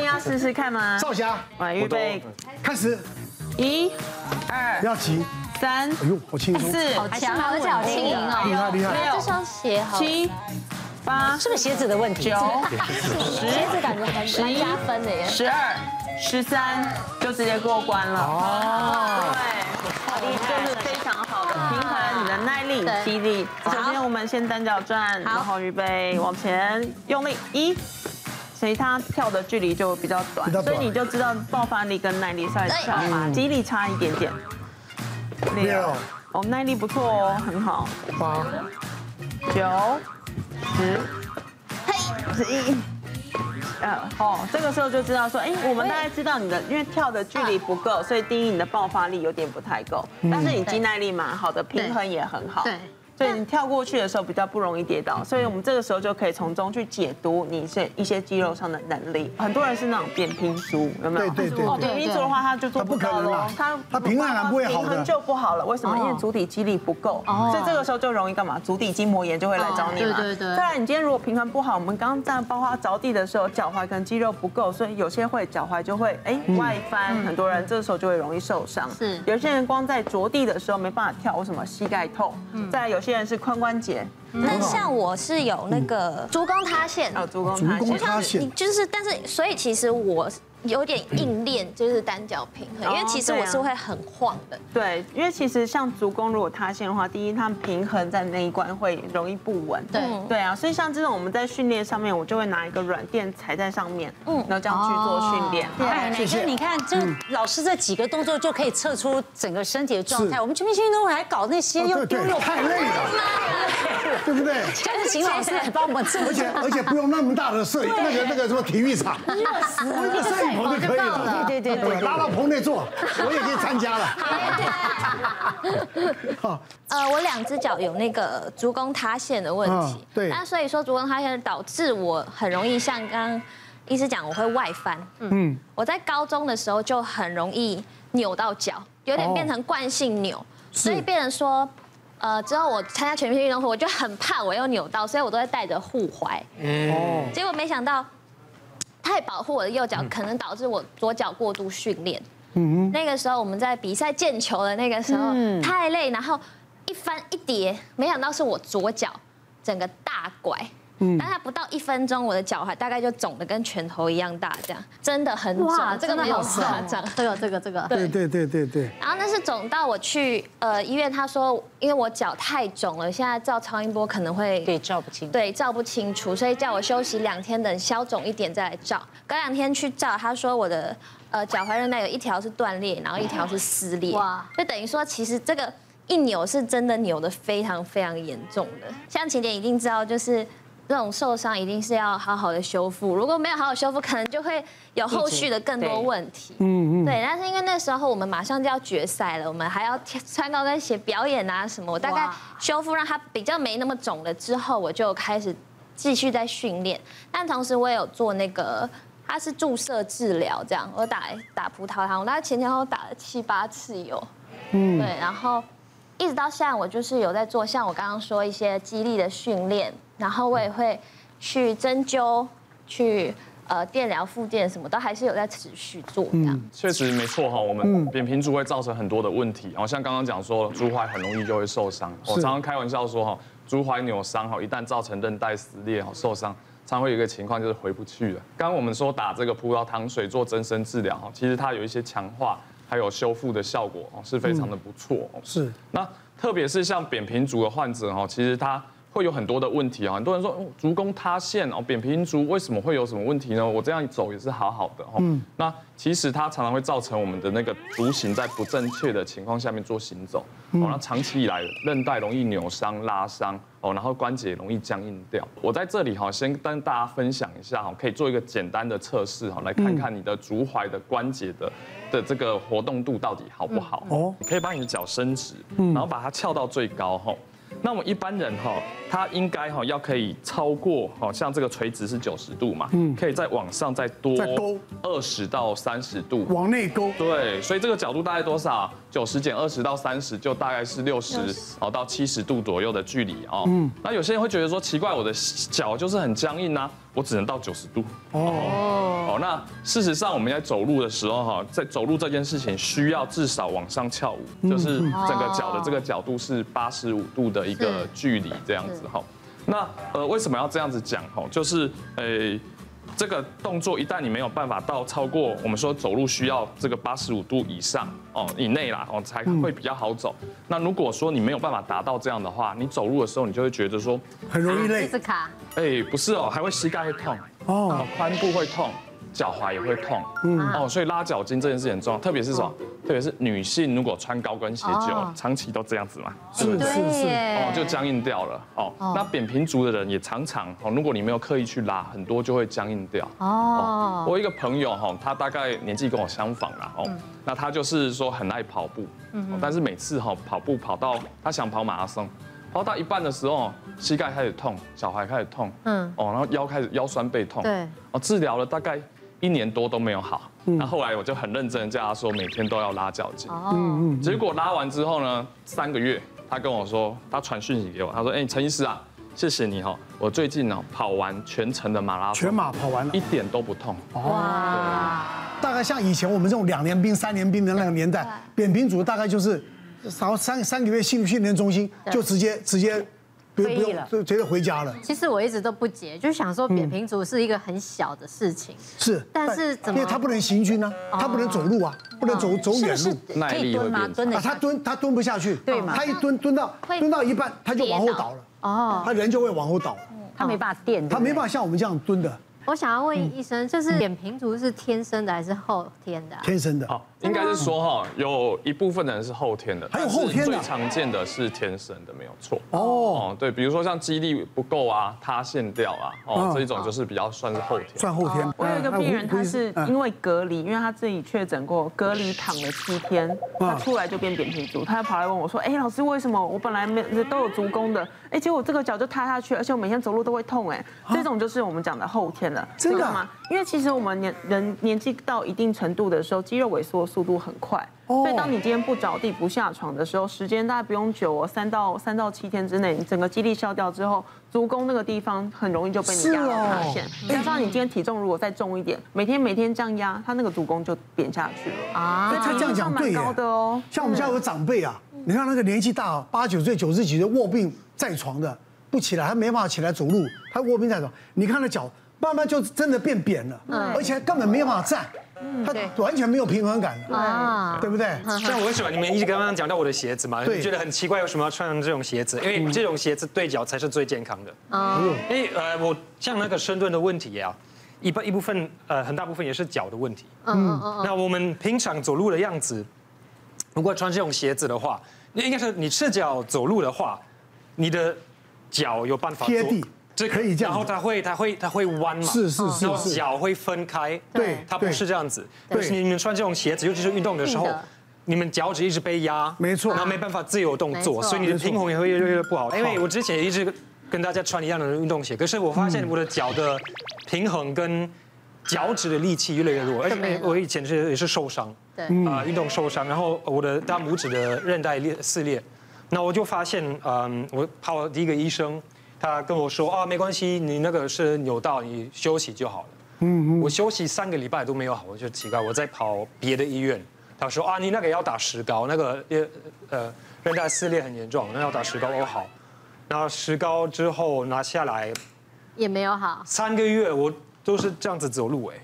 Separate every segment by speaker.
Speaker 1: 要试试看吗？
Speaker 2: 少侠，
Speaker 1: 来，预备，
Speaker 2: 开始，
Speaker 1: 一、二、
Speaker 2: 要急。
Speaker 1: 三、
Speaker 2: 哎呦，好轻松，厉
Speaker 1: 四、
Speaker 3: 好强啊，而且好轻盈哦。
Speaker 2: 害厉害。
Speaker 3: 这双鞋好，
Speaker 1: 七、八、
Speaker 3: 是不是鞋子的问
Speaker 1: 九、
Speaker 3: 题？鞋子感觉很蛮加分的耶。
Speaker 1: 十二、十三，就直接过关了。
Speaker 2: 哦，
Speaker 1: 对，就是非常好的平衡你的耐力、肌力。首先我们先单脚转，然后预备往前用力，一。所以它跳的距离就比较短
Speaker 2: 比较，短嗯
Speaker 1: 所以你就知道爆发力跟耐力稍微差嘛，肌力差一点点。
Speaker 2: 六、
Speaker 1: 哦，耐力不错哦，很好。
Speaker 2: 八、
Speaker 1: 九、十、十一。呃，哦，这个时候就知道说，哎，我们大概知道你的，因为跳的距离不够，所以第一你的爆发力有点不太够，但是你肌耐力蛮好的，平衡也很好，
Speaker 4: 嗯对，
Speaker 1: 所以你跳过去的时候比较不容易跌倒，所以我们这个时候就可以从中去解读你这一些肌肉上的能力。很多人是那种扁平足，有没有？
Speaker 2: 对对对
Speaker 1: 哦，
Speaker 2: 对
Speaker 1: 扁平足的话他就做不到喽，
Speaker 2: 他不可能啦他平衡感不会好的
Speaker 1: 平衡就不好了。为什么？因为足底肌力不够，所以这个时候就容易干嘛？足底筋膜炎就会来找你嘛。
Speaker 4: 哦对对对
Speaker 1: 再来，你今天如果平衡不好，我们刚刚在包括着地的时候，脚踝跟肌肉不够，所以有些会脚踝就会哎外翻，很多人这个时候就会容易受伤。
Speaker 4: 嗯是
Speaker 1: 有些人光在着地的时候没办法跳，为什么？膝盖痛。
Speaker 4: 嗯
Speaker 1: 再来，有些人是髋关节，
Speaker 5: 那像我是有那个
Speaker 3: 足弓塌陷
Speaker 1: 还，有足弓
Speaker 2: 哦足
Speaker 1: 塌
Speaker 2: 弓
Speaker 1: 哦陷。
Speaker 2: 塌
Speaker 5: 你
Speaker 2: 陷，
Speaker 5: 就是，但是所以其实我有点硬练，就是单脚平衡，因为其实我是会很晃的。
Speaker 1: 对，因为其实像足弓如果塌陷的话，第一它平衡在那一关会容易不稳。
Speaker 4: 对
Speaker 1: 对啊，所以像这种我们在训练上面，我就会拿一个软垫踩在上面，嗯，哦然后这样去做训练。
Speaker 3: 哎，
Speaker 2: 谢
Speaker 3: 奶
Speaker 2: 谢嗯
Speaker 3: 哥，你看，就老师这几个动作就可以测出整个身体的状态。
Speaker 2: 是哦
Speaker 3: 我们全明星运动会还搞那些哦哎又
Speaker 2: 对
Speaker 3: 丢
Speaker 2: 对，
Speaker 3: 又
Speaker 2: 太累了，对不对？
Speaker 3: 但是请老师来帮我们测
Speaker 2: 而
Speaker 3: 一
Speaker 2: 且
Speaker 3: 下。
Speaker 2: 而且不用那么大的摄影，那个那个什么体育场，
Speaker 3: 热死了，
Speaker 2: 一个摄影棚就可以了。
Speaker 3: 对对对对
Speaker 2: 拉到棚内坐，我也可以参加了。好，
Speaker 5: 呃，我两只脚有那个足弓塌陷的问题
Speaker 2: 嗯，对
Speaker 5: 那所以说足弓塌陷导致我很容易像刚刚医师讲，我会外翻。嗯，我在高中的时候就很容易扭到脚，有点
Speaker 2: 哦
Speaker 5: 变成惯性扭，所以变成说。呃，之后我参加全民运动会，我就很怕我又扭到，所以我都会带着护踝。
Speaker 2: 哦，
Speaker 5: 结果没想到，太保护我的右脚，可能导致我左脚过度训练。那个时候我们在比赛毽球的那个时候，太累，然后一翻一叠，没想到是我左脚整个大拐。但它不到一分钟，我的脚踝大概就肿的跟拳头一样大，这样真的啊很肿，没有夸张。
Speaker 4: 这个这个这个，
Speaker 2: 对对对对对，
Speaker 5: 然后那是肿到我去呃医院，他说因为我脚太肿了，现在照超音波可能会
Speaker 3: 对，照不清。
Speaker 5: 对，照不清楚，所以叫我休息两天，等消肿一点再来照。隔两天去照，他说我的呃脚踝韧带有一条是断裂，然后一条是撕裂，
Speaker 4: 哇
Speaker 5: 哇，就等于说其实这个一扭是真的扭得非常非常严重的。像晴姐一定知道，就是这种受伤一定是要好好的修复，如果没有好好修复，可能就会有后续的更多问题。嗯嗯。对，但是因为那时候我们马上就要决赛了，我们还要穿高跟鞋表演啊什么，我大概
Speaker 4: 哇
Speaker 5: 修复让它比较没那么肿了之后，我就开始继续在训练，但同时我也有做那个。它是注射治疗，这样我打打葡萄糖，我大概前前后后打了七八次有，嗯，对，然后一直到现在，我就是有在做像我刚刚说一些肌力的训练，然后我也会去针灸、去呃电疗、复健，什么都还是有在持续做这样。
Speaker 6: 确实没错哈，我们扁平足会造成很多的问题，然后像刚刚讲说，足踝很容易就会受伤。我常常开玩笑说哈，足踝扭伤哈，一旦造成韧带撕裂哈受伤，常会有一个情况就是回不去了。刚刚我们说打这个葡萄糖水做增生治疗哈，其实它有一些强化还有修复的效果哦，是非常的不错。哦
Speaker 2: 是
Speaker 6: 那特别是像扁平足的患者哈，其实他会有很多的问题啊。很多人说哦足弓塌陷哦，扁平足为什么会有什么问题呢？我这样走也是好好的哦。那其实它常常会造成我们的那个足型在不正确的情况下面做行走，哦，那长期以来韧带容易扭伤、拉伤哦，然后关节容易僵硬掉。我在这里哈，先跟大家分享一下哈，可以做一个简单的测试哈，来看看你的足踝的关节的的这个活动度到底好不好
Speaker 2: 哦
Speaker 6: 哦。你可以把你的脚伸直，
Speaker 2: 嗯
Speaker 6: 然后把它翘到最高哈。那我们一般人哈，他应该哈要可以超过哈，像这个垂直是九十度嘛，可以再往上再多
Speaker 2: 嗯再勾
Speaker 6: 二十到三十度。
Speaker 2: 往内勾，
Speaker 6: 对，所以这个角度大概多少？九十减二十到三十，就大概是六十哦到七十度左右的距离哦。嗯，那有些人会觉得说奇怪，我的脚就是很僵硬啊，我只能到九十度。
Speaker 2: 哦，
Speaker 6: 哦，那事实上我们在走路的时候哈，在走路这件事情需要至少往上翘舞，就是整个脚的这个角度是八十五度的一个距离这样子哈。那呃，为什么要这样子讲哈？就是呃。这个动作一旦你没有办法到超过我们说走路需要这个八十五度以上哦以内啦哦才会比较好走。那如果说你没有办法达到这样的话，你走路的时候你就会觉得说，
Speaker 2: 很容易
Speaker 5: 一
Speaker 2: 累
Speaker 5: 直卡，
Speaker 6: 哎，不是哦，还会膝盖会痛，
Speaker 2: 哦，
Speaker 6: 啊髋部会痛，脚踝也会痛，哦，所以拉脚筋这件事很重要，特别是什么？特别是女性如果穿高跟鞋久了
Speaker 5: 哦，
Speaker 6: 长期都这样子嘛，
Speaker 2: 是是是，
Speaker 5: 耶
Speaker 6: 哦，就僵硬掉了哦。那扁平足的人也常常哦，如果你没有刻意去拉，很多就会僵硬掉。哦，我有一个朋友哈，他大概年纪跟我相仿啦哦，那他就是说很爱跑步，哦但是每次哈跑步跑到他想跑马拉松，跑到一半的时候膝盖开始痛，小孩开始痛，嗯，哦，然后腰开始腰酸背痛，
Speaker 3: 对，
Speaker 6: 哦，治疗了大概一年多都没有好。那后来我就很认真的叫他说，每天都要拉脚筋。
Speaker 2: 嗯嗯，
Speaker 6: 结果拉完之后呢，三个月，他跟我说，他传讯息给我，他说：“哎、陈医师啊，谢谢你哈、我最近呢、跑完全程的马拉松，
Speaker 2: 全马跑完了
Speaker 6: 一，点都不痛。
Speaker 2: 大概像以前我们这种两年兵、三年兵的那个年代，扁平足大概就是，然后三三个月训训练中心就直接直接不不
Speaker 4: 退役
Speaker 2: 用
Speaker 4: 了
Speaker 2: 就直接回家了，
Speaker 4: 其实我一直都不解，就想
Speaker 2: 嗯
Speaker 4: 说扁平足是一个很小的事情，
Speaker 2: 是。
Speaker 4: 但是怎么哦
Speaker 2: 因为他不能行军啊，他不能走路啊，不能走走远
Speaker 3: 是
Speaker 2: 路。
Speaker 3: 不是
Speaker 6: 耐
Speaker 3: 可以
Speaker 6: 力会
Speaker 3: 蹲吗？
Speaker 6: 变
Speaker 3: 蹲
Speaker 2: 啊，
Speaker 3: 得
Speaker 2: 他
Speaker 3: 下？
Speaker 2: 蹲他蹲不下去，对
Speaker 4: 嘛
Speaker 2: 他一蹲蹲到
Speaker 5: 会
Speaker 2: 蹲到一半，他就往后
Speaker 5: 跌倒
Speaker 2: 倒了，
Speaker 4: 哦。
Speaker 2: 他人就会往后倒了，
Speaker 3: 他没办法垫，
Speaker 2: 他没办
Speaker 3: 法。
Speaker 2: 法像我们这样蹲的，
Speaker 4: 我想要
Speaker 2: 嗯
Speaker 4: 问医生，就是扁平足是天生的还是后天的啊？
Speaker 2: 天生的。
Speaker 6: 好，应该是说哈、有一部分的人是后天的，
Speaker 2: 还有
Speaker 6: 但是
Speaker 2: 后天的
Speaker 6: 最常见的是天生的，没有错。
Speaker 2: 哦，
Speaker 6: 哦，对，比如说像肌力不够啊，塌陷掉啊，哦
Speaker 2: 嗯，
Speaker 6: 这一种就是比较算是后天。
Speaker 2: 算后天。
Speaker 1: 哦我有一个
Speaker 2: 哎
Speaker 1: 病人，
Speaker 2: 胡
Speaker 1: 他
Speaker 2: 胡医
Speaker 1: 是
Speaker 2: 师嗯
Speaker 1: 因为隔离，因为他自己确诊过，隔离躺了七天，他出来就变扁平足，他就跑来问我说：“哎，老师，为什么我本来没都有足弓的，哎，结果这个脚就塌下去，而且我每天走路都会痛，哎，这种就是我们讲的后天了，
Speaker 2: 啊真的啊
Speaker 1: 知道吗？因为其实我们年人年纪到一定程度的时候，肌肉萎缩速度很快，
Speaker 2: 哦
Speaker 1: 所以当你今天不着地不下床的时候，时间大概不用久哦，三到三到七天之内，你整个肌力消掉之后，足弓那个地方很容易就被你压到
Speaker 2: 哦
Speaker 1: 塌陷。
Speaker 2: 哎
Speaker 1: 加上你今天体重如果再重一点，每天每天这样压，它那个足弓就扁下去了啊。所以
Speaker 2: 哎他这样讲
Speaker 1: 蛮
Speaker 2: 对耶
Speaker 1: 高的哦。
Speaker 2: 像我们家有长辈啊，你看那个年纪大，啊八九岁、九十几岁卧病在床的，不起来，他没办法起来走路，他卧病在床。你看他脚慢慢就真的变扁了，而且根本没办法站，他完全没有平衡感
Speaker 4: 啊
Speaker 2: 了，对不对？
Speaker 7: 像我很喜欢你们一直刚刚讲到我的鞋子嘛，
Speaker 2: 对嗯
Speaker 7: 你觉得很奇怪，为什么要穿这种鞋子？因为这种鞋子对脚才是最健康的。因为呃，我像那个深蹲的问题啊，一半一部分呃，很大部分也是脚的问题。
Speaker 4: 嗯嗯
Speaker 7: 那我们平常走路的样子，如果穿这种鞋子的话，那应该是你赤脚走路的话，你的脚有办法
Speaker 2: 贴
Speaker 7: 做
Speaker 2: 地
Speaker 7: 这个
Speaker 2: 可以这样
Speaker 7: 然后它会它会它会弯嘛，
Speaker 2: 是是是
Speaker 7: 然后
Speaker 2: 是
Speaker 7: 脚会分开，
Speaker 2: 对
Speaker 7: 它不
Speaker 2: 对
Speaker 7: 是这样子。
Speaker 2: 对
Speaker 7: 但是你们穿这种鞋子，尤其是运动的时候
Speaker 4: 硬的。
Speaker 7: 你们脚趾一直被压，
Speaker 2: 没错
Speaker 7: 然后没办法自由动
Speaker 4: 没
Speaker 7: 作，
Speaker 4: 错
Speaker 7: 所以你的平衡也会越来越不好。因为我之前也一直跟大家穿一样的运动鞋，可是我发
Speaker 2: 嗯
Speaker 7: 现我的脚的平衡跟脚趾的力气越来越弱，而
Speaker 4: 没
Speaker 7: 且哎
Speaker 4: 了
Speaker 7: 我以前是也是受伤，
Speaker 4: 对
Speaker 7: 啊，运动受伤，然后我的大拇指的韧带裂撕裂，那我就发现，嗯，我泡第一个医生，他跟我说啊，没关系，你那个是扭到，你休息就好了。嗯我休息三个礼拜都没有好，我就奇怪，我在跑别的医院，他说啊，你那个要打石膏，那个呃呃韧带撕裂很严重，那要打石膏，我好。然后石膏之后拿下来，
Speaker 4: 也没有好，
Speaker 7: 三个月我都是这样子走路哎。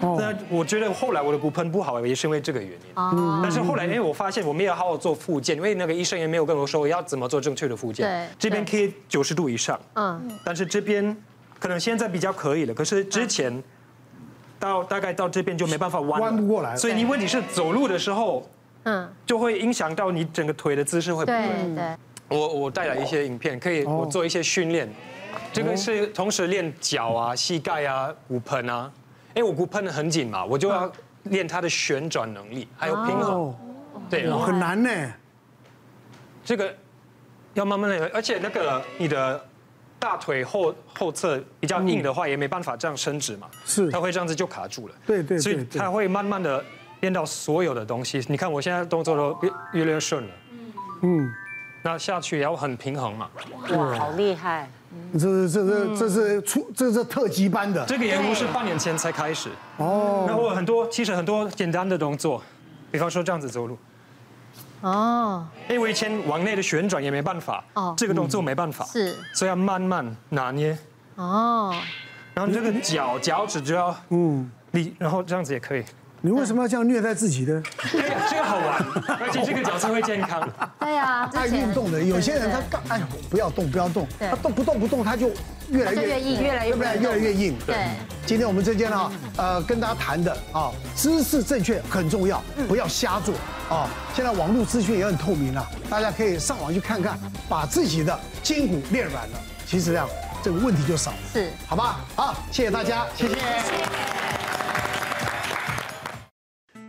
Speaker 7: 那我觉得后来我的骨盆不好也是因为这个原因。但是后来因哎为我发现我没有好好做复健，因为那个医生也没有跟我说要怎么做正确的复健
Speaker 4: 对。
Speaker 7: 这边贴九十度以上，
Speaker 4: 嗯，
Speaker 7: 但是这边可能现在比较可以了，可是之前到大概到这边就没办法弯了，
Speaker 2: 弯不过来了
Speaker 7: 所以你问题是走路的时候，
Speaker 4: 嗯，
Speaker 7: 就会影响到你整个腿的姿势会不对。
Speaker 2: 嗯
Speaker 4: 对对，
Speaker 7: 我我带来一些影片，可
Speaker 2: 哦
Speaker 7: 以我做一些训练。这个是同时练脚啊、膝盖啊、骨盆啊。因为我骨盆很紧嘛，我就要练它的旋转能力，还有平
Speaker 2: 嗯
Speaker 7: 衡。
Speaker 2: 哦，
Speaker 7: 对，然后
Speaker 2: 很难呢，
Speaker 7: 这个要慢慢的，而且那个你的大腿后后侧比较硬的话，也没办法这样伸直嘛，
Speaker 2: 是
Speaker 7: 它会这样子就卡住了。
Speaker 2: 对对
Speaker 7: 所以
Speaker 2: 对对
Speaker 7: 它会慢慢的练到所有的东西。你看我现在动作都越越来越顺了，
Speaker 2: 嗯，
Speaker 7: 那下去也要很平衡嘛。
Speaker 3: 哇，好厉害！
Speaker 2: 这这这这是初这是特级班的，
Speaker 7: 这个研究是八年前才开始。哦。然后很多其实很多简单的动作，比方说这样子走路，
Speaker 4: 哦，
Speaker 7: 因为以前往内的旋转也没办法，
Speaker 4: 哦
Speaker 7: 这个动作没办法，
Speaker 4: 是
Speaker 7: 所以要慢慢拿捏。
Speaker 4: 哦，
Speaker 7: 然后这个脚脚趾就要，嗯，你然后这样子也可以。
Speaker 2: 你为什么要这样虐待自己呢？
Speaker 7: 这个这个好玩，而且这个脚是会健康。
Speaker 4: 对呀，之
Speaker 2: 爱
Speaker 4: 前
Speaker 2: 运动的，有些人他
Speaker 4: 对对
Speaker 2: 干，哎呦，不要动，不要动，
Speaker 4: 对
Speaker 2: 他动不动不动，他就越来
Speaker 4: 他就越硬
Speaker 2: 越来越对不对？越来越硬。
Speaker 4: 对，嗯
Speaker 2: 今天我们这间呢，呃，跟大家谈的啊，姿势正确很重要，
Speaker 4: 嗯
Speaker 2: 不要瞎做啊。现在网络资讯也很透明了，啊大家可以上网去看看，把自己的筋骨练软了，其实这样这个问题就少了，
Speaker 4: 是
Speaker 2: 好吧？好，谢谢大家，谢谢。